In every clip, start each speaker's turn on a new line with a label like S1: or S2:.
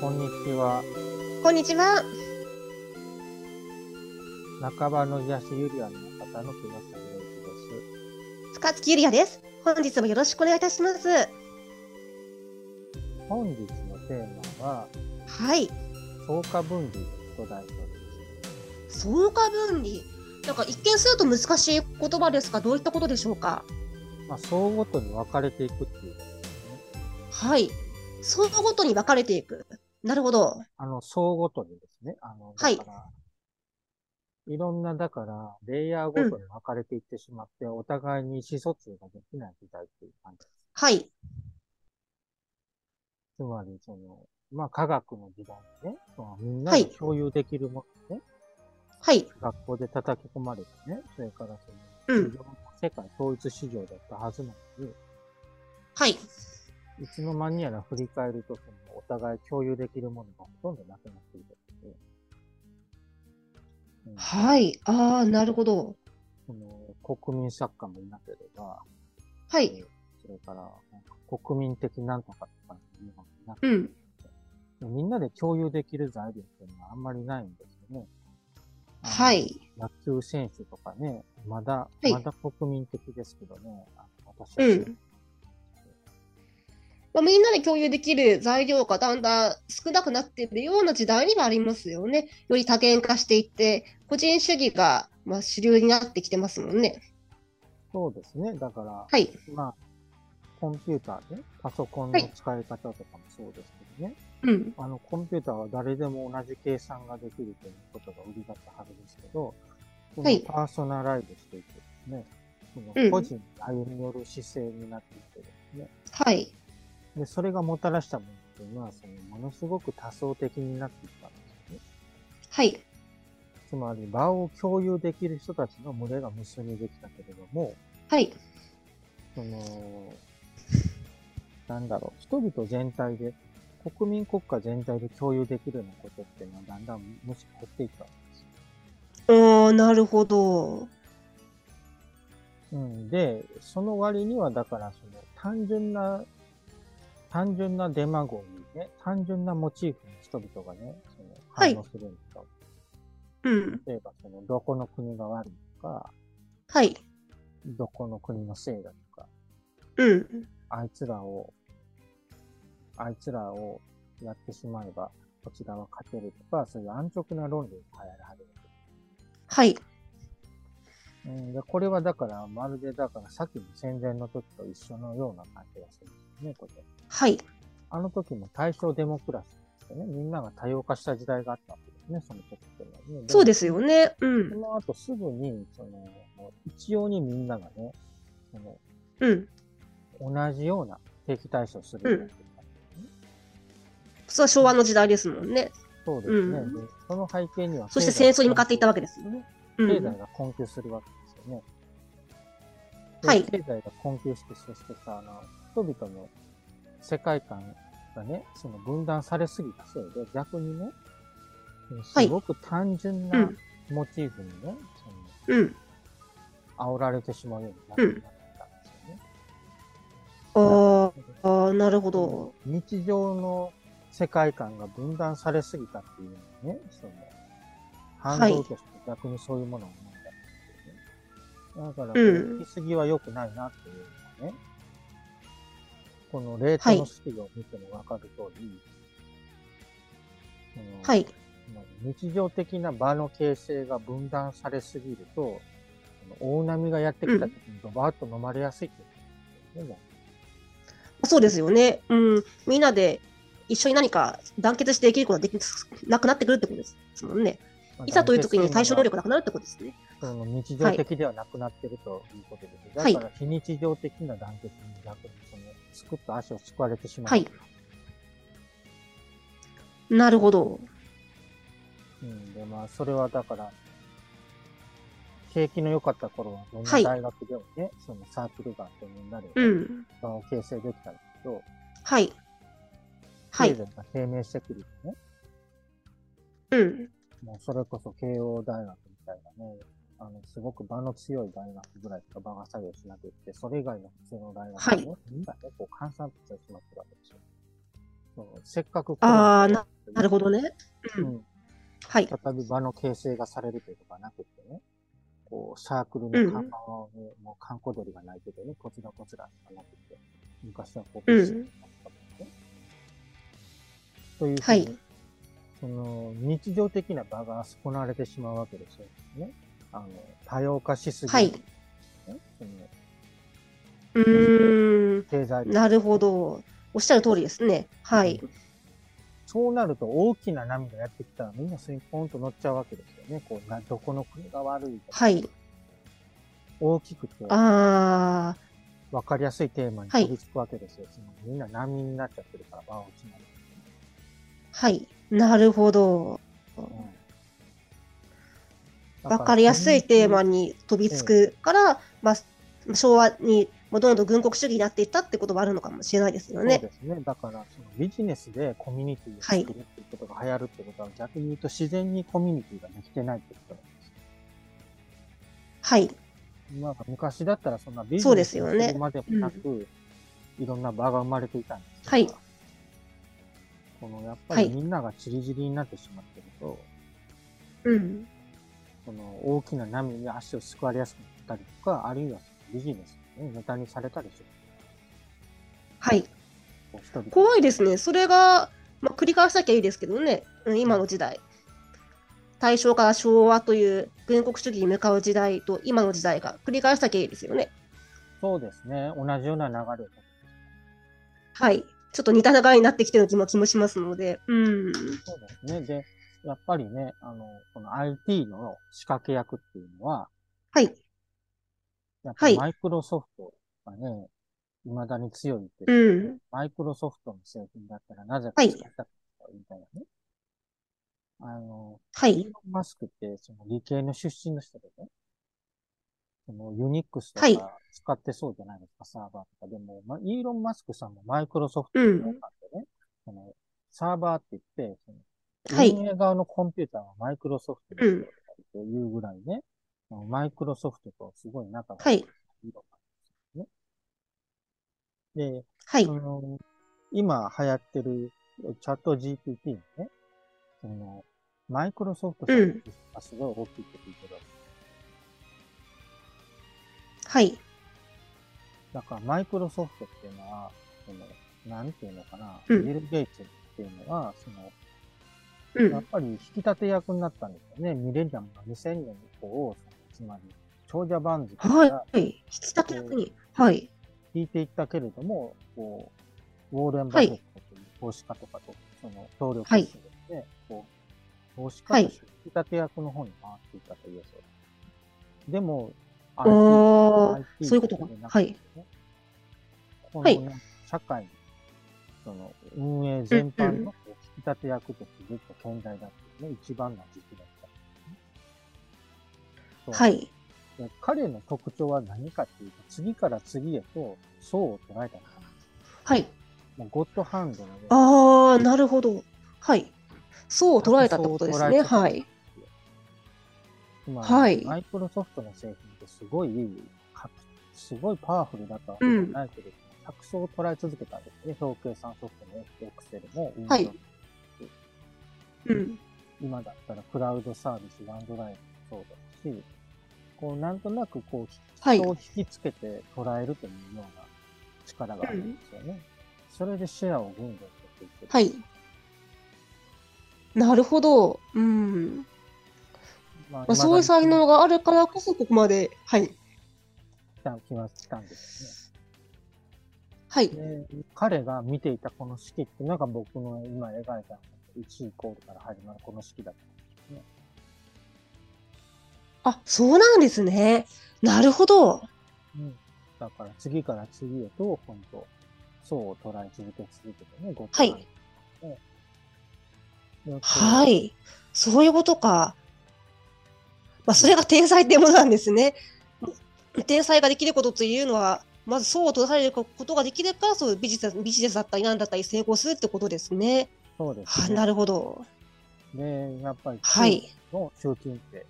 S1: こんにちは。
S2: こんにちは。
S1: 半ばの癒しゆりアの方の木下ゆうで
S2: 塚月ゆりやです。本日もよろしくお願いいたします。
S1: す。本日のテーマは、
S2: はい。
S1: 消化分離と題しており
S2: 相加分離。なんか一見すると難しい言葉ですが、どういったことでしょうか。
S1: ます。まあ、層ごとに分かれていくっていうことですね。
S2: はい。層ごとに分かれていく。なるほど。
S1: あの、層ごとにですね。あの、だ
S2: はい
S1: から、い、ろんな、だから、レイヤーごとに分かれていってしまって、お互いに意思疎通ができない時代っていう感じです。
S2: はい。
S1: つまり、その、まあ、科学の時代にね、そのみんな
S2: は
S1: で
S2: い
S1: 共有できるものね、
S2: はい。
S1: 学校で叩き込まれてね、それからその、
S2: うん。
S1: 世界統一市場だったはずなのに、
S2: はい。
S1: いつの間にやら振り返ると、そのお互い共有できるものがほとんどなくなっているので、うん
S2: はい。ああ、なるほど。
S1: その国民作家もいなければ、
S2: は
S1: え
S2: い。
S1: ーそれからなんか国民的なんとかとかいうのもなくて
S2: うん。
S1: みんなで共有できる材料っていうのはあんまりないんですよね。あの
S2: はい。
S1: 野球選手とかね、まだ、
S2: い
S1: まだ国民的ですけどね、あの私
S2: う
S1: は
S2: ん。まあ、みんなで共有できる材料がだんだん少なくなっているような時代にはありますよね。より多元化していって、個人主義がまあ主流になってきてますもんね。
S1: そうですね。だから、
S2: はい。
S1: まあ、コンピューターね、パソコンの
S2: はい
S1: 使い方とかもそうですけどね、
S2: うん。
S1: あの、コンピューターは誰でも同じ計算ができるということが売りだったはずですけど、そ
S2: は
S1: の
S2: い
S1: パーソナライズしていくですね、その
S2: うん
S1: 個人に歩み寄る姿勢になっていってるんですね。
S2: はい。
S1: で、それがもたらしたものっていうのは、その、ものすごく多層的になっていったんですよね。
S2: はい。
S1: つまり、場を共有できる人たちの群れが無数にできたけれども、
S2: はい。
S1: その、なんだろう、人々全体で、国民国家全体で共有できるようなことっていうのはだんだんむしろ減っていったんですよ。
S2: おー、なるほど。
S1: うん、で、その割にはだからその単純な、単純なデマゴギーね、単純なモチーフに人々がね、その
S2: は
S1: 反
S2: い
S1: 応するんですよ。
S2: うん。
S1: 例えばその、どこの国が悪いとか、
S2: はい。
S1: どこの国のせいだとか、
S2: うん。
S1: あいつらを、あいつらをやってしまえば、こちらは勝てるとか、そういう安直な論理が流行り始めて
S2: はい。
S1: る。うん、でこれはだから、まるでだから、さっきの戦前の時と一緒のような感じがするんですね、これ。
S2: はい。
S1: あの時も大正デモクラシーですよね。みんなが多様化した時代があったわけですね、その時っていうのはね、。
S2: そうですすよね。う
S1: そ
S2: ん。
S1: の後すぐに、その、もう一様にみんながね、その
S2: うん。
S1: 同じような敵対処をするようになってきた。
S2: それは昭和の時代ですもんね。
S1: そうですね。
S2: うん
S1: でその背景には、
S2: そして戦争に向かっていったわけですよね。う
S1: 経済
S2: ん。
S1: が困窮するわけですよね。で
S2: はい
S1: 経済が困窮して、そしてさ、あの、人々の世界観がね、その分断されすぎたせいで、逆にね、
S2: い
S1: すごく単純
S2: う。
S1: なんモチーフにね、
S2: うん。
S1: その煽られてしまうようになってきたんですよね。
S2: あーあー、なるほど。
S1: 日常の世界観が分断されすぎたっていうのはね、その、反動として逆にそういうものを生んだんですよね。だから、こ
S2: う
S1: うん行き過ぎは良くないなっていうのはね、このレートの式を見てもわかる通り、その
S2: はい。
S1: 日常的な場の形成が分断されすぎると、その大波がやってきた時にドバーッと飲まれやすいってことですよね。
S2: そうですよね。うん。みんなで一緒に何か団結してできることができなくなってくるってことですもんね。
S1: まあ
S2: いざという時に対処能力
S1: 団結
S2: なくなるってことですね。
S1: するのがその日常的ではなくなってるということです。
S2: はい
S1: だから非日常的な団結に逆にその、すくっと足をすくわれてしまう。
S2: はいなるほど。
S1: うん、で、まあ、それはだから、景気の良かった頃は、どんな
S2: はい
S1: 大学でもね、そのサークルがあってみんなで
S2: うん。
S1: 場を形成できたんだけど、
S2: はい。は
S1: 経
S2: い。
S1: 済が低迷してくるとね、
S2: うん。
S1: もうそれこそ慶応大学みたいなね、あの、すごく場の強い大学ぐらいしか場が作業しなくって、それ以外の普通の大学もね、みんなね、こう、閑散としてしまってるわけでしょ。そのせっかくこう
S2: ああ、ななるほどね。
S1: うん、
S2: はい。
S1: 再び場の形成がされるということがなくてね、こう、サークルの看板をね、もう、観光鳥が鳴いててね、こちらこちらとかなくて、昔はこう、
S2: うん
S1: こうしたもんねというふうに、
S2: はい。
S1: その、日常的な場が損なわれてしまうわけですよね。あの、多様化しすぎる、
S2: はい
S1: ねその
S2: うーん。
S1: 経済力
S2: なるほど。おっしゃる通りですね。はい。。
S1: そうなると大きな波がやってきたらみんなそれにポンと乗っちゃうわけですよね。こうなどこの国が悪いとか、
S2: はい。
S1: 大きくて
S2: ああ、
S1: 分かりやすいテーマに
S2: はい
S1: 飛びつくわけですよ。そのみんな難民になっちゃってるから、場を失う。
S2: はい。なるほど。
S1: うん
S2: わかりやすいテーマ
S1: に。
S2: に飛びつくから、まあ、昭和にもうどんどん軍国主義になっていったってことはあるのかもしれないですよ
S1: そう
S2: ね。
S1: ですね。だから、そのビジネスでコミュニティを作るっていうことが流行るってことは、逆に言うと自然にコミュニティができてないってことなんですよ
S2: はい。
S1: なんか昔だったらそんなビジ
S2: そう
S1: ネ
S2: で
S1: ス
S2: す
S1: を
S2: よ
S1: す
S2: ね
S1: るまでもなく、いろんな場が生まれていたんですけど
S2: はい
S1: このやっぱり
S2: はい
S1: みんなが散り散りになってしまってると、
S2: うん。
S1: その大きな波に足をすくわれやすくなったりとか、あるいはそのビジネスをねネタにされたりする。
S2: はい。
S1: こう人々
S2: 怖いですね。それが、まあ、繰り返さなきゃいいですけどね。うん今の時代。大正から昭和という軍国主義に向かう時代と今の時代が繰り返さなきゃいいですよね。
S1: そうですね。同じような流れを。
S2: はい。ちょっと似た流れになってきてる気も気もしますので。うん。
S1: そうですね。で、やっぱりね、あの、この IT の仕掛け役っていうのは、
S2: はい。
S1: やっぱり
S2: は
S1: マイクロソフトがね、未だに強いっていう
S2: うん。
S1: マイクロソフトの製品だったらなぜか
S2: はい
S1: 使ったみたいなね。あの、
S2: は
S1: イ
S2: い
S1: ー。ロン・マスクってその理系の出身の人でね、そのユニックスと
S2: はい
S1: か使ってそうじゃないですか、サーバーとか。でも、まあ、イーロン・マスクさんもマイクロソフトのメーカーでね、そのサーバーって言って、その
S2: はい
S1: 運営側のコンピューターはマイクロソフト
S2: うん
S1: というぐらいね、あのマイクロソフトとすごい仲が
S2: はい
S1: い
S2: い。
S1: イーロンマスクね。で、
S2: はい
S1: そ。の今流行ってるチャット GPT のね、そのマイクロソフトさんがすごい大きいって聞いてるわけ、
S2: はい。
S1: だからマイクロソフトっていうのは、そのなんていうのかな、
S2: うん
S1: ビル・ゲイツっていうのは、その
S2: う
S1: やっ
S2: ん。
S1: ぱり引き立て役になったんですよね。ミレニアムの2000年以降、つまり長者番付から
S2: はい。引き立て役に。はい。
S1: 引いていったけれども、こう、ウォーレン・バフェットという投資家とかと、その、協力してですね、こう、投資家として引き立て役の方に回っていったというそうです。でも、IT
S2: おー
S1: IT
S2: そういうことか
S1: でなく
S2: はい
S1: てね。こ
S2: はい
S1: のなんか社会の、その、運営全般のこう引き立て役としてずっと健在だっていうね、一番の実力だったんですね。
S2: は。い。
S1: で彼の特徴は何かっていうと、次から次へと層を捉えたのかな。
S2: はい。
S1: もうゴッドハンドのような
S2: ああ、なるほど。はい。そう捉えたってことです
S1: そう
S2: ね。
S1: 捉えた
S2: はい。
S1: 今
S2: はい
S1: マイクロソフトの製品ってすごい、かすごいパワフルだとは思わないけれども、客層を捉え続けたんですね。表計算ソフトも、エクセルも、
S2: はい
S1: Windows も
S2: うん。
S1: 今だったらクラウドサービス、ワンドライブもそうだし、こう、なんとなくこう、
S2: はい
S1: 人。を引きつけて捉えるというような力があるんですよね。それでシェアをぐんぐん取っていってる。
S2: はい。なるほど。うん。
S1: ま
S2: まあ、そういう才能があるからこそ、ここまで。はい。
S1: 来ましたんですね。
S2: はい。
S1: で彼が見ていたこの式っていうのが僕の今描いたのが1イコールから始まるこの式だっ
S2: あ、そうなんですね。なるほど。
S1: た、うん、だから次から次へと本当層を捉え続け続けてねご
S2: はいは、い。そういうことか。まあ、それが天才ってものなんですね。天才ができることというのは、まずそう捉えることができるから、そういうビジネスビジネスだったり、なんだったり成功するってことですね。
S1: こうそうです
S2: は
S1: ね、
S2: なるほど。
S1: でやっぱり
S2: はい。
S1: の集金って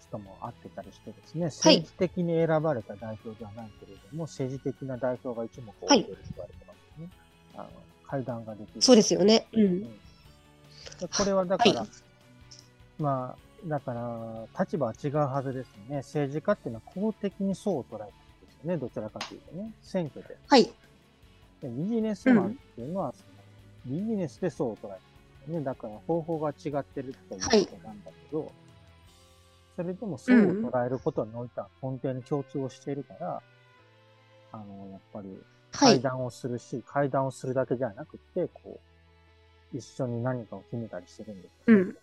S1: しかも合ってたりしてですね政治的に選ばれた代表ではないけれども、政治的な代表が一目置いていると言われてますね、あの階段ができる。
S2: そうですよね。うん
S1: うんこれはだから、
S2: はい
S1: まあ、だから、立場は違うはずですよね。政治家っていうのは公的にそうを捉えてるんですよね。どちらかというとね。選挙で。
S2: はい。
S1: でビジネスマンっていうのは、そのビジネスでそうを捉えてるんですよね。だから方法が違ってるっていうことなんだけど、それでもそうを捉えることにおいては根底に共通をしているから、あの、やっぱり、
S2: は
S1: 会
S2: い。
S1: 談をするし、会談をするだけじゃなくて、こう、一緒に何かを決めたりしてるんです
S2: う
S1: よね
S2: ん。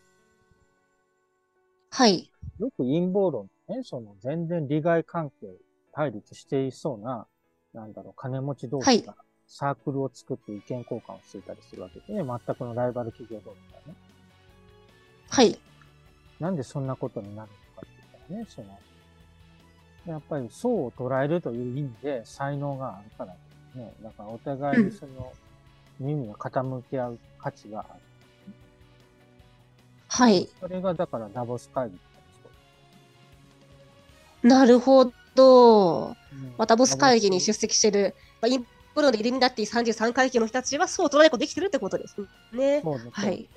S2: はい。
S1: よく陰謀論ね、その全然利害関係対立していそうな、なんだろう、金持ち同士がサークルを作って意見交換をしていたりするわけですね。全くのライバル企業同士がね。
S2: はい。
S1: なんでそんなことになるのかって言ったらね、その、やっぱり層を捉えるという意味で才能があるからですね。だからお互いにその、耳を傾け合う価値がある。
S2: はい。
S1: それがだからダボス会議って
S2: なるほど。
S1: 言うんですよ
S2: まあ、ダボス会議に
S1: ダボス
S2: 出席してる、まあ、インプロでイルミナティ33回忌の人たちはそう捉えることできてるってことですね。
S1: そうですね。
S2: はい。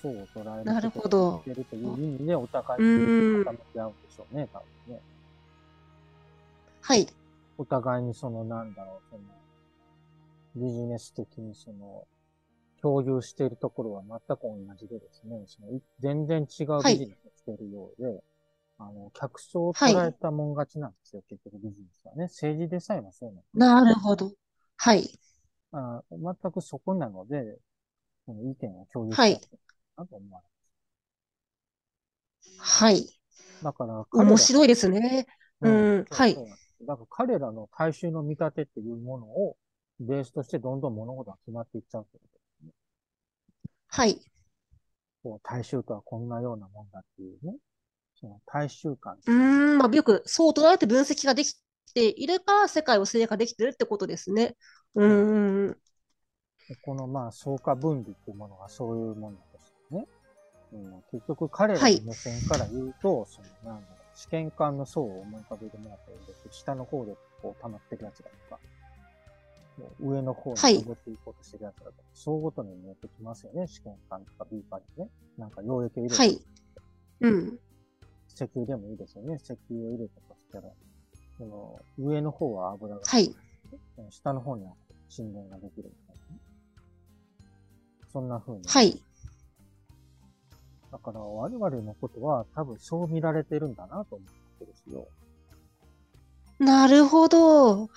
S1: そうを捉える。
S2: なるほど。
S1: てるという意味でお互いう
S2: ーん
S1: に傾き合うんでしょうね、多分ね。
S2: はい。
S1: お互いにその、なんだろう、その、ビジネス的にその、共有しているところは全く同じでですね、そのい全然違うビジネスをしているようで、あの、客層を捉えたもん勝ちなんですよ、結局ビジネスはね。政治でさえもそうなんです
S2: なるほど。はい。
S1: あ全くそこなので、その意見を共有
S2: は
S1: し
S2: い
S1: てなと思われ
S2: はい。
S1: ます。だから彼ら、
S2: 面白いですね。うん
S1: そう
S2: はい
S1: そうなんですだから彼らの大衆の見立てっていうものをベースとしてどんどん物事が決まっていっちゃうけど、
S2: はい。
S1: こう大衆とはこんなようなもんだっていうね、その大衆感
S2: うーん、まあ、よくそう捉えて分析ができているから世界を制化できてるってことですね。うーん。
S1: このまあ相加分離っていうものがそういうものですよね。うん、結局彼ら
S2: はい
S1: の目線から言うと、そのなんだろう、試験管の層を思い浮かべてもらったりでする下の方でこう溜まってるやつだとか、もう上の方
S2: はい
S1: に登っていこうとしてるやつだとか、そうごとに見えてきますよね、試験管とかビーカーにね。なんか溶液を入れて、
S2: はい。うん。
S1: 石油でもいいですよね、石油を入れたとしたら、その上の方は油が、
S2: はい。
S1: 下の方には沈殿ができるみたいなね。そんな風に。
S2: はい。
S1: だから我々のことは多分そう見られてるんだなと思ってですよ。
S2: なるほど。
S1: うん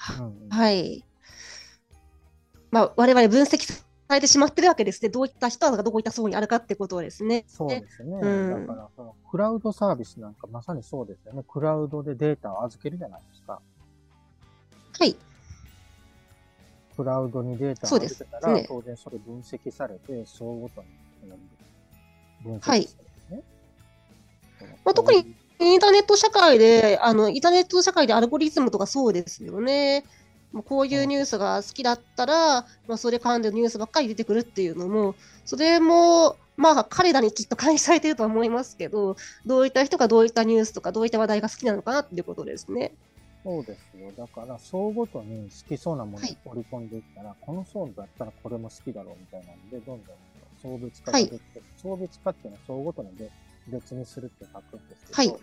S2: はい。まあ、我々分析されてしまってるわけですね。どういった人がどこいった層にあるかってことですね。
S1: そうですね。
S2: うん
S1: だからそのクラウドサービスなんかまさにそうですよね。クラウドでデータを預けるじゃないですか。
S2: はい。
S1: クラウドにデータ
S2: そ
S1: を
S2: うで
S1: 預け
S2: す
S1: たら、
S2: ね
S1: 当然それ分析されて、そうごとに分析
S2: はい
S1: されてね。
S2: まあ特にインターネット社会で、あの、インターネット社会でアルゴリズムとかそうですよね。もうこういうニュースが好きだったら、まあ、それ関連のニュースばっかり出てくるっていうのも、それも、まあ、彼らにきっと関係されてるとは思いますけど、どういった人がどういったニュースとか、どういった話題が好きなのかなっていうことですね。
S1: そうですよ。だから、層ごとに好きそうなもの
S2: は
S1: を
S2: い
S1: 織り込んでいったら、この層だったらこれも好きだろうみたいなんで、どんどん層別化が
S2: はい
S1: できて、層別化っていうのは層ごとにで別にするって書くんですけど、
S2: はい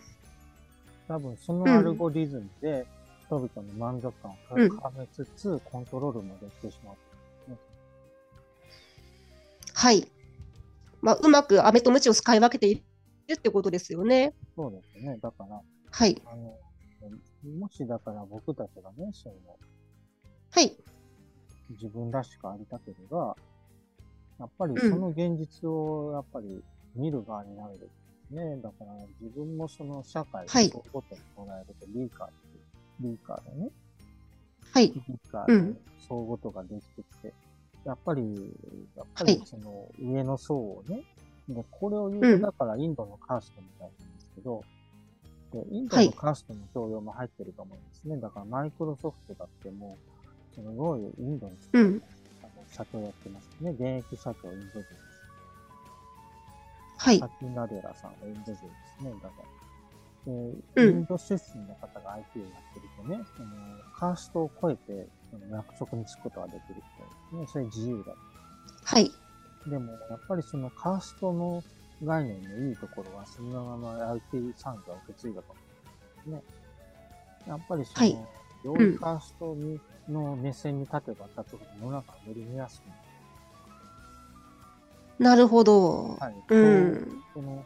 S1: 多分そのアルゴリズムで人々の満足感を
S2: うん
S1: 高めつつ、コントロールもできてしまう。
S2: はい。まあ、うまく飴と鞭を使い分けているってことですよね。
S1: そうですね。だから、
S2: はい。
S1: あの、もしだから僕たちがね、その、
S2: はい。
S1: 自分らしくありたければ、やっぱりその現実をやっぱり見る側になるですね。だから自分もその社会
S2: はい
S1: をごとに捉えると、リーカーっていう、リーカーでね、
S2: はい。
S1: リーカ
S2: う
S1: ーで
S2: ん
S1: そういうことができてきて、やっぱり、やっぱ
S2: は
S1: り
S2: い
S1: その上の層をね、でこれを言
S2: う
S1: うんとだからインドのカーストみたいなんですけど、でインド
S2: は
S1: の
S2: い
S1: カーストの教養も入ってると思うんですね。だからマイクロソフトだってもう、すごいインドに
S2: うん。
S1: あの社長やってますね。現役社長インド人です。
S2: はい
S1: サ。キナデラさんがインド人ですね。だから、えー、インド出身の方が IT をやってるとね、その、カーストを超えて、その役職に就くことができる人ね、それ自由だ。
S2: はい。
S1: でも、やっぱりそのカーストの概念のいいところは、そのまま IT 産業を受け継いだと思うんですね。やっぱりその、
S2: はい
S1: どういうカーストにの目線に立てば立つほど世の中はより見やすくなる。
S2: なるほど。
S1: はい。
S2: うん。
S1: その、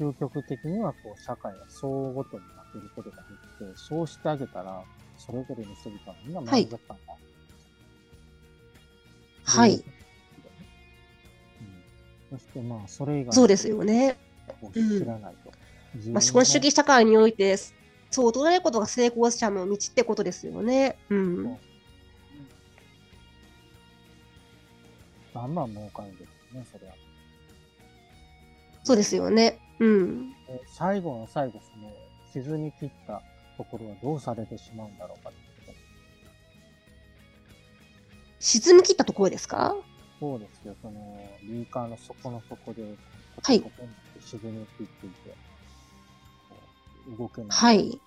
S1: 究極的には、こう、社会は層ごとに分けることができて、そうしてあげたら、それぞれの人々はみんな満足感がある。
S2: はい。
S1: うん、そして、まあ、それ以外
S2: そうですよね。
S1: こう知らないと。自分
S2: ま
S1: の
S2: あ、資本主義社会において、そう捉えることが成功者の道ってことですよね。うん。
S1: まあまあ儲かるんですよね、それは。
S2: そうですよね。うん。
S1: で最後の最後、その、傷に切ったところはどうされてしまうんだろうかってこと
S2: 沈み切ったところですか
S1: そうですよ、その、リーカーの底の底で、
S2: はい
S1: ここに沈み切っていて、こう動けない
S2: は
S1: って
S2: い。
S1: いう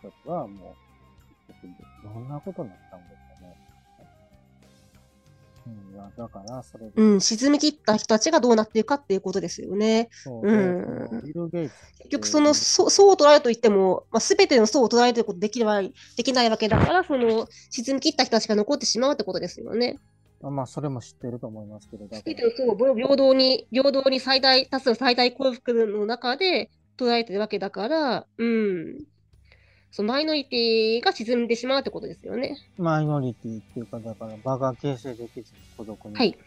S1: 人たちは、もう、結局どんなことになったんですかね。うん、いや、だから、それで、
S2: うん。沈み切った人たちがどうなっていくかっていうことですよね。
S1: そうで、
S2: うん
S1: そのビル・ゲイツって
S2: 結局、その、そうそうを捉えると言っても、まあ、全ての層を捉えることできない、できないわけだから、その、沈み切った人たちが残ってしまうってことですよね。
S1: あまあ、それも知ってると思いますけれど。だ
S2: すべ
S1: け
S2: て
S1: ど
S2: の層を平等に、平等に最大、多数最大幸福の中で捉えてるわけだから、うん。そのマイノリティが沈んでしまうってことですよね。
S1: マイノリティっていうか、だから、場が形成できずに孤独に、
S2: はい。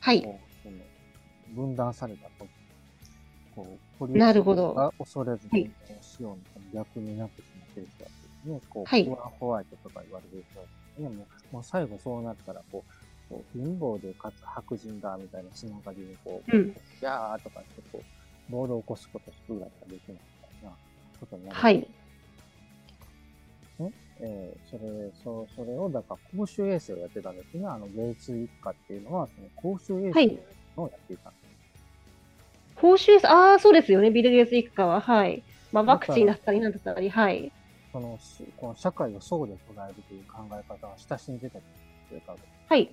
S2: はい。
S1: こうその分断されたこと。こう孤立
S2: なるほど
S1: 恐れず
S2: は
S1: に
S2: い
S1: こう死を逆になってしまってる人だってね、こう、
S2: はい
S1: 不安ホワイトとか言われる人だってね、もう、もう最後そうなったら、こう、こう貧乏でかつ白人だみたいなしながりに、こう、
S2: うん
S1: ギャーとかって、こう、ボールを起こすことするぐらいしかできないみたいなことになる。
S2: はい。
S1: えーそれ、そう、それを、だから公衆衛生をやってたんですね。あの、米中一家っていうのは、その公衆衛
S2: はい
S1: 生をやっていたんです。
S2: 報酬、ああ、そうですよね。ビル・ゲイツ一家は。はい。まあ、
S1: だ
S2: ワ
S1: から
S2: クチンだったり、なんだったり、はい。
S1: その、しこの社会を層で捉えるという考え方は親しんでたというか、
S2: はい。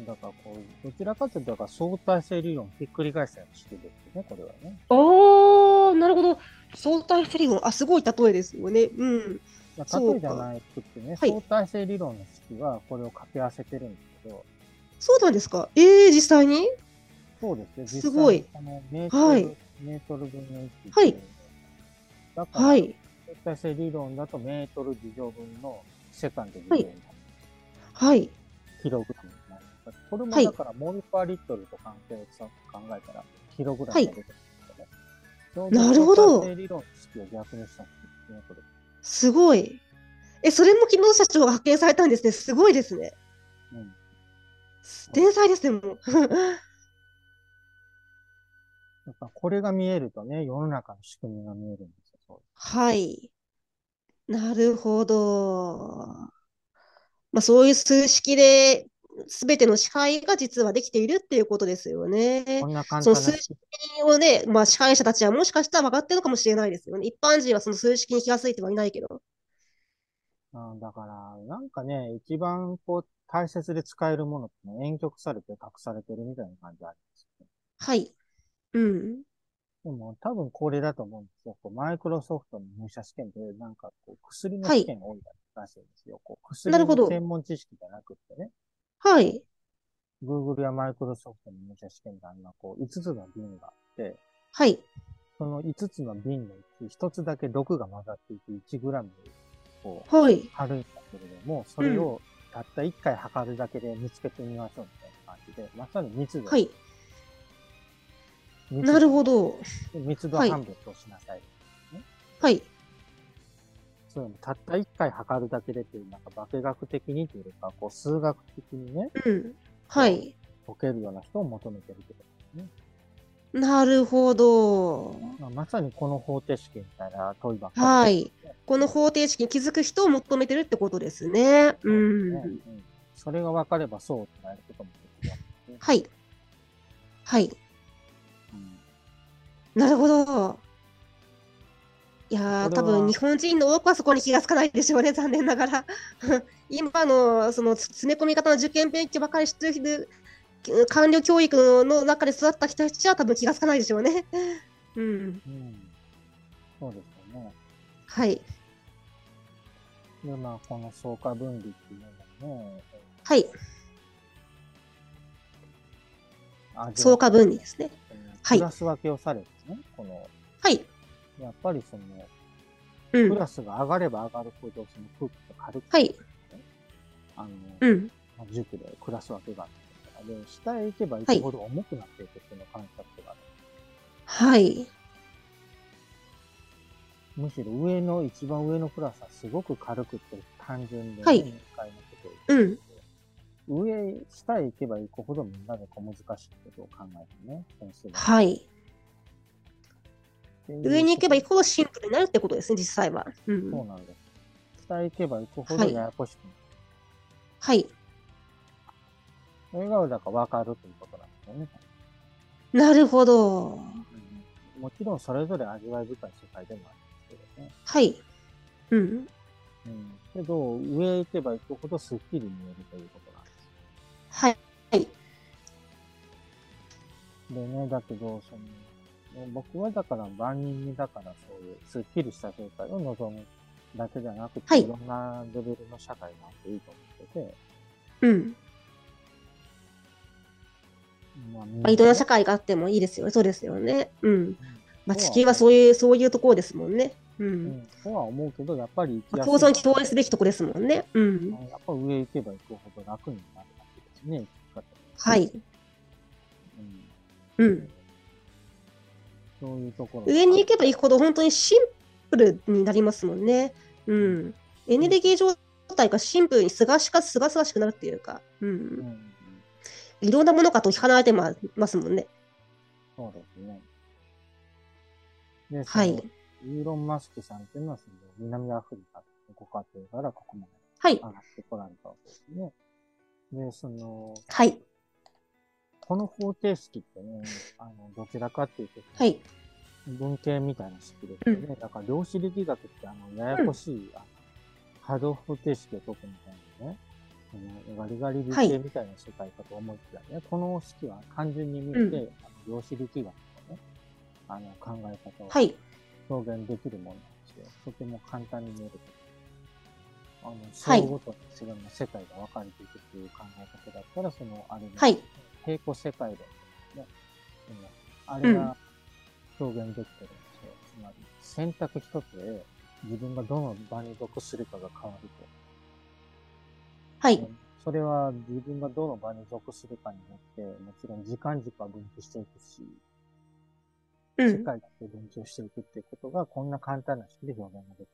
S1: だからこう、どちらかというと、だから相対性理論をひっくり返したような式ですね、これはね。
S2: おー、なるほど。相対性理論。あ、すごい例えですよね。うん。
S1: まあ
S2: そうか
S1: 例えじゃないくってね、
S2: はい
S1: 相対性理論の式はこれを掛け合わせてるんですけど、
S2: そうなんですか。ええー、実際に
S1: そうですね、実際に
S2: すごい
S1: あのメートル、
S2: はい
S1: メートル分の1って
S2: はい
S1: だから、
S2: はい。
S1: 相対性理論だとメートル事乗分のセカンド事乗分の
S2: はい。
S1: キログラムになる。これも
S2: はい
S1: だからモルパーリットルと関係さ考えたらキログラムが出てくるんですよね。
S2: なるほど
S1: 相対性理論の式を逆にしたんですね、これ。
S2: すごい。え、それも木下社長が発見されたんですね。すごいですね。
S1: うん
S2: 天才ですね、もう。
S1: やっぱこれが見えるとね、世の中の仕組みが見えるんですよ。そう
S2: はい。なるほど。まあ、そういう数式で、すべての支配が実はできているっていうことですよね
S1: こ。んな簡
S2: そ
S1: 単
S2: の
S1: な
S2: 数式をね、まあ、支配者たちはもしかしたら分かってるのかもしれないですよね。一般人はその数式に気がついてはいないけど。
S1: うんだから、なんかね、一番こう、大切で使えるものって、ね、婉曲されて隠されてるみたいな感じありますよね。
S2: はい。うん。
S1: でも、多分これだと思うんですよ。こうマイクロソフトの入社試験で、なんかこう、薬の
S2: はい
S1: 試験が多いらしいんですよ。こう薬
S2: なるほ
S1: の
S2: ど
S1: 専門知識じゃなくってね、
S2: はい。
S1: Google やマイクロソフトの入社試験であんなこう、5つの瓶があって、
S2: はい。
S1: その5つの瓶のうち、1つだけ毒が混ざっていて、1グラム、こう、
S2: はい。
S1: あるんだけれども、それをたった1回測るだけで見つけてみましょうみたいな感じで、まさに密度。
S2: はい。
S1: 密度
S2: なるほど。
S1: 密度
S2: はい
S1: 判別をしなさい。
S2: はい。
S1: そういうのたった1回測るだけでっていう、なんか化学的にというか、こう数学的にね、
S2: うん。はい。
S1: 解けるような人を求めてるけど、
S2: なるほど。
S1: まあ、まさにこの方程式みたいな問いばっかり。
S2: はい。この方程式に気づく人を求めてるってことですね。
S1: そううですね
S2: ん。
S1: うんそれが分かればそうってなることもできる、
S2: はい。はい。
S1: うん
S2: なるほど。いや
S1: これ
S2: ー、
S1: は
S2: 多分日本人の多くはそこに気がつかないでしょうね、残念ながら。 今のその詰め込み方の受験勉強ばかりしてる官僚教育の中で育った人たちは多分気がつかないでしょうね。 うん、
S1: うん。そうですよね。
S2: はい、
S1: で、まあ、この相加分離っていうのもね、
S2: はい、
S1: 味
S2: 相加分離ですね。はい
S1: クラス分けをされてね、この、
S2: はい、
S1: やっぱりその、
S2: う
S1: ク
S2: ん、
S1: ラスが上がれば上がるほど、その空気が軽く、
S2: はい、
S1: あの、
S2: うん、
S1: まあ塾でクラス分けがあったりとかで、下へ行けば行くほど重くなっていくっていうのを感覚がある。
S2: はい、
S1: むしろ上の、一番上のクラスはすごく軽くて、単純で、
S2: はい
S1: 一回のことを
S2: うん、
S1: 上、下へ行けば行くほどみんなでこう難しいことを考えてね、点数が
S2: はい。上に行けば行くほどシンプルになるってことですね、実際は。
S1: そ
S2: う、
S1: うんなんです。下へ行けば行くほど
S2: はい
S1: ややこしくなる。
S2: はい、
S1: それがだから分かるということなんですよね。
S2: なるほど。
S1: もちろんそれぞれ味わい深い世界でもあるんですけどね。
S2: はい、うん、
S1: うん、けど、上へ行けば行くほどすっきり見えるということなんです。
S2: はい、はい、
S1: でね、だけど、その、ね僕はだから万人にだからそういうスッキリした状態を望むだけじゃなくて、
S2: はい
S1: い、ろんなレベルの社会があっていいと思ってて、
S2: うん。
S1: まあ、
S2: まあ、いろんな社会があってもいいですよね。そうですよね。うん。まあ、
S1: そう
S2: 地球はそういう、そういうところですもんね。う。
S1: うんん、とは思うけど、やっぱり
S2: まあ、
S1: 生きや
S2: 共存
S1: すい
S2: 共栄すべきとこですもんね。うん。
S1: やっぱ上行けば行くほど楽になるわけですね、生き方
S2: はい。
S1: うん
S2: うん。
S1: そういうところ。
S2: 上に行けば行くほど本当にシンプルになりますもんね。うん。エネルギー状態がシンプルにすがしかすがすがしくなるっていうか、う
S1: うん
S2: ん。
S1: うん、
S2: いろんなものから解き放たれてまますもんね。
S1: そうですね。で、そ
S2: は
S1: の
S2: い。
S1: イーロン・マスクさんっていうのは、その南アフリカのご家庭からここまで
S2: はい
S1: 上。がってこられたわけですね。で、その、
S2: はい。
S1: この方程式ってね、あの、どちらかっていうと、
S2: はい。
S1: 文系みたいな式ですよね。だから、量子力学って、あの、ややこしい、あの波動方程式を解くみたいなね、そのガリガリ理系みたいな世界かと思いきやね、この式は単純に見て、
S2: うん
S1: あの量子力学のね、あの、考え方を
S2: はい。
S1: 表現できるものなんですよ。とても簡単に見えると。あの、
S2: はい
S1: 章ごとにそれの世界が分かれていくっていう考え方だったら、その、あれですね
S2: はい。
S1: 平行世界論ですね。うんあれが表現できてるんですよ。つまり、選択一つで自分がどの場に属するかが変わる
S2: は
S1: と
S2: い。。
S1: それは自分がどの場に属するかによって、もちろん時間軸は分布していくし、
S2: う
S1: 世
S2: ん。
S1: 界だけ分布していくっていうことが、こんな簡単な式で表現がで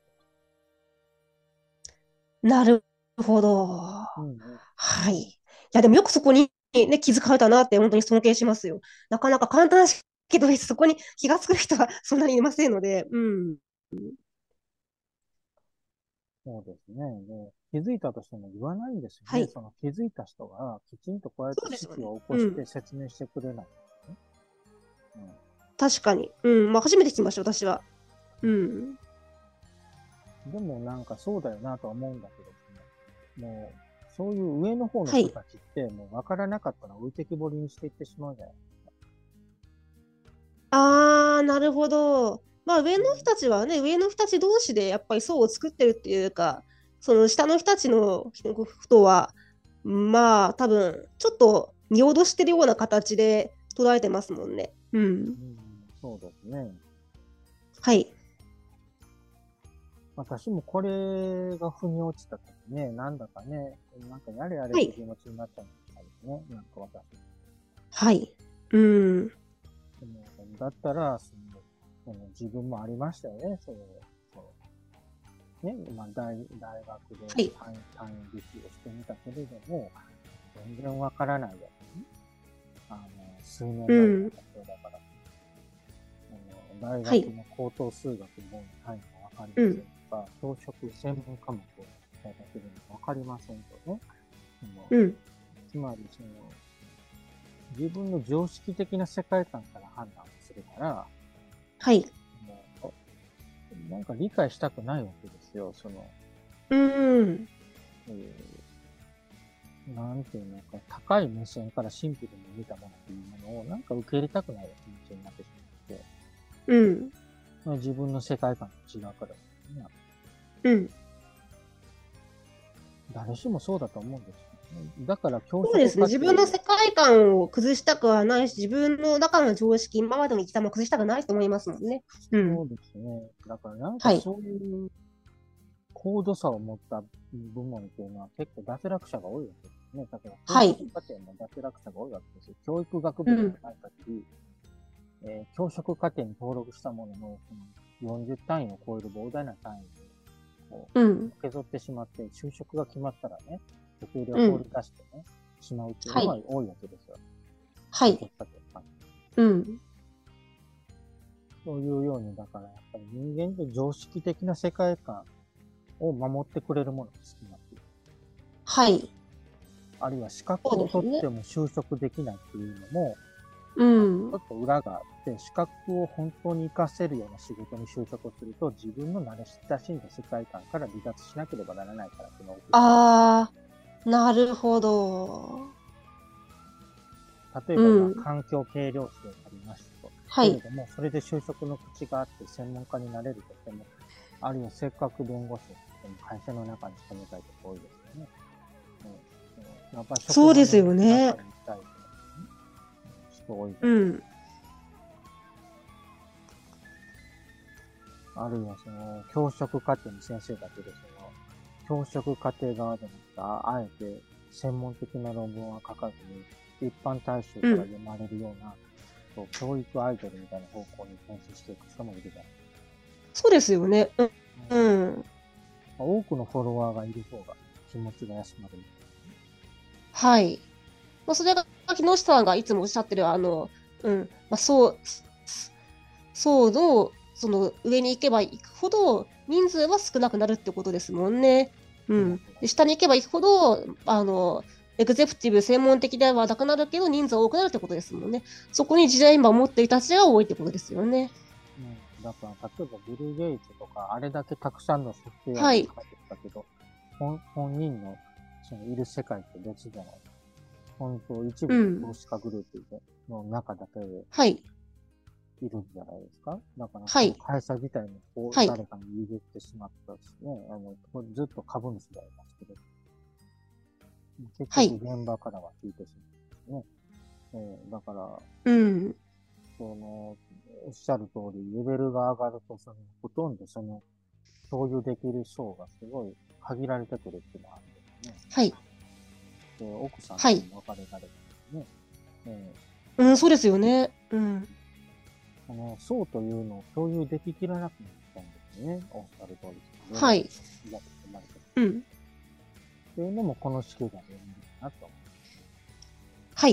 S1: き
S2: なるほど。
S1: る。うん
S2: はい。いや、でもよくそこに、ね、気づかれたなって、本当に尊敬しますよ。なかなか簡単なしけど、そこに気がつく人はそんなにいませんので、うん。
S1: そうですね。で気づいたとしても言わないんですよね。
S2: はい
S1: その気づいた人がきちんとこうや
S2: そう
S1: って
S2: です
S1: 式
S2: よね
S1: を起こして説明してくれないんですね。うん
S2: 確かに。うん。まあ、初めて聞きました、私は。うん。
S1: でもなんかそうだよなとは思うんだけど、もう、そういう上の方の人たちって、もう分からなかったら置いてきぼりにしていってしまうじゃない
S2: あー、なるほど。まあ、上の人たちはね、上の人たち同士でやっぱり層を作ってるっていうか、その下の人たちのことは、まあ、多分、ちょっと見落としてるような形で捉えてますもんね。うん。
S1: そうですね。
S2: はい。
S1: 私もこれが腑に落ちた時ね、なんだかね、なんかやれやれっ
S2: はい
S1: て気持ちになっちゃうんですよね、なんか私。
S2: はい。うん。
S1: でもだったらその、その自分もありましたよね、そうそうね、まあ大、大学で
S2: い
S1: 単単位劇をしてみたけれども、全然わからないやつね。あの、数年前のことだから、あの
S2: はい
S1: 大学の高等数学の方の単位がわかりませんとか、教職専門科目を使いだけでもわかりませんとね。その
S2: うん。
S1: つまりその、自分の常識的な世界観から判断をするから、
S2: はい。
S1: もうなんか理解したくないわけですよ、その、
S2: うん。
S1: えーなんていうのか、高い目線からシンプルに見たものっていうものを、なんか受け入れたくない気持ちになってしまって、
S2: うん。
S1: まあ自分の世界観と違うからですね、
S2: うん。
S1: 誰しもそうだと思うんですよね。だから、教
S2: そうですね。自分の世界観を崩したくはないし、自分の中の常識、今までの生き方も崩したくないと思いますもんね。うん
S1: そ。うですね。だからなんか
S2: はい
S1: そういう高度差を持った部門っていうのは結構脱落者が多いわけですね。だから、
S2: はい
S1: 教育課程も脱落者が多いわけですよ。教育学部でもないかし、えー教職課程に登録したものの、その40単位を超える膨大な単位を
S2: うん。
S1: 受け取ってしまって、就職が決まったらね、受給料を放り出してね、しまうっていうのが多いわけですよ。
S2: は
S1: 教
S2: い。
S1: 育課程は
S2: うん。
S1: そういうように、だからやっぱり人間って常識的な世界観を守ってくれるものが好きなんですよ。
S2: はい。
S1: あるいは資格を
S2: そう
S1: 取
S2: です
S1: っ
S2: ね
S1: ても就職できないっていうのも、
S2: うん
S1: ちょ。っと裏があって、資格を本当に活かせるような仕事に就職をすると、自分の慣れ親しんだ世界観から離脱しなければならないからっていうのが大
S2: あー、なるほど。
S1: きい例えば、まあ
S2: うん
S1: 環境計量士でありましたと。
S2: は
S1: けれ
S2: い。
S1: ども、それで就職の口があって、専門家になれるとしても、あるいはせっかく弁護士としても、会社の中に勤めたいとか多いですよね。うんやっぱり職場の
S2: そうですよね
S1: 中にいたいとかね人多いです
S2: うん。
S1: あるいはその、教職課程の先生だけで、その、教職課程側でもあえて専門的な論文は書かずに、一般大衆から読まれるような、そう教育アイドルみたいな方向に転身していく人もいるじゃない
S2: そうですよね。う
S1: で
S2: ん。
S1: すか。
S2: うん。
S1: 多くのフォロワーがいる方が気持ちが休まる。
S2: はい。まあ、それが木下さんがいつもおっしゃってる、あの、うん、まあ、そう、そうの、その上に行けば行くほど人数は少なくなるってことですもんね。うん。で下に行けば行くほど、あの、エグゼクティブ専門的ではなくなるけど人数は多くなるってことですもんね。そこに時代今持っている人たちが多いってことですよね。
S1: うん、だから、例えばビル・ゲイツとか、あれだけたくさんの設定を書
S2: はいい
S1: てたけど、本本人のそのいる世界って別じゃない。本当、一部の投資家グループでの中だけで
S2: はい。
S1: いるんじゃないですか。だから、
S2: はい
S1: 会社自体もこう
S2: はい
S1: 誰かに譲ってしまったしね、あのこれずっと株主でありますけど、
S2: はい
S1: 結局現場からは聞いてしまうんですね。えーだから、
S2: うん。
S1: その、おっしゃる通り、レベルが上がると、その、ほとんどその、共有できる層がすごい限られてくるっていうのはあるんですね。
S2: はい。
S1: で、奥さんと
S2: はい
S1: も別れられてるね。え
S2: うん、そうですよね。うん。
S1: ーこの層というのを共有でききらなくなったんですね。おっしゃる通り。
S2: はい。
S1: だって生まれてる
S2: うん。
S1: っていうのも、この式が読めるかなと思
S2: はい。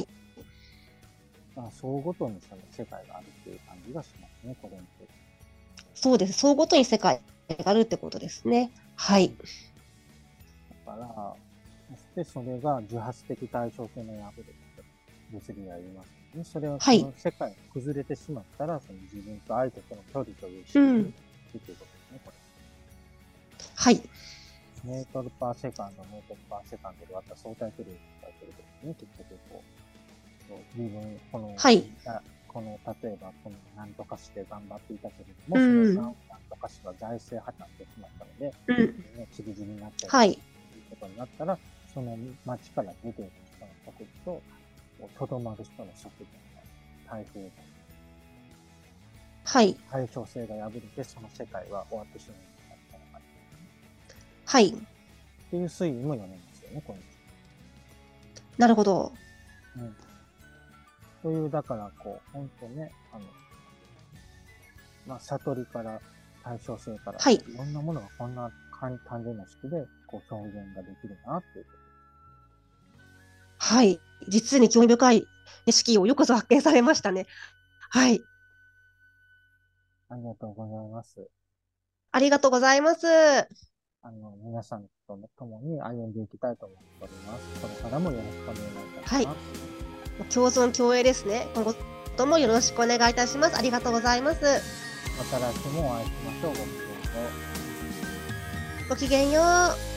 S1: う。あ、層ごとにその世界があるっていう感じがしますね、これについて。
S2: そうです。そうごとに世界があるってことですね。はい。
S1: だから、そしてそれが自発的対称性の破れと物理が言いますよね。それはそ
S2: はい
S1: の世界が崩れてしまったら、その自分と相手との距離という視
S2: うん
S1: ということですね、こ
S2: はい。
S1: れ。メートルパーセカンド、メートルパーセカンドで割った相対距離を使ってることですね、結局こう。こう自分、この、
S2: はい
S1: あこの、例えば、この何とかして頑張っていたけれども、
S2: うん
S1: その何とかしが財政破綻してしまったので、
S2: うん。
S1: ね、ちりぢりになっちゃう
S2: はい。
S1: ということになったら、その町から出ていく人の速度と、とどまる人の速度が対比
S2: はい。
S1: 対称性が破れて、その世界は終わってしまうみたいな感じ。
S2: はい。
S1: っていう推移も読めますよね、この人。
S2: なるほど。
S1: うん。という、だから、こう、本当ね、あの、まあ、悟りから、対称性から、
S2: はい
S1: ろんなものがこんな簡単でな式で、こう、表現ができるな、っていうこ
S2: はい。実に興味深い式をよくぞ発見されましたね。はい。
S1: と。ありがとうございます。
S2: ありがとうございます。
S1: あの、皆さんとも共に歩んでいきたいと思っております。これからもよろしくお願いいたします。
S2: 共存共栄ですね。今後ともよろしくお願いいたします。ありがとうございます。
S1: また来週もお会いしましょう。ごきげんようね。
S2: ごきげんよう。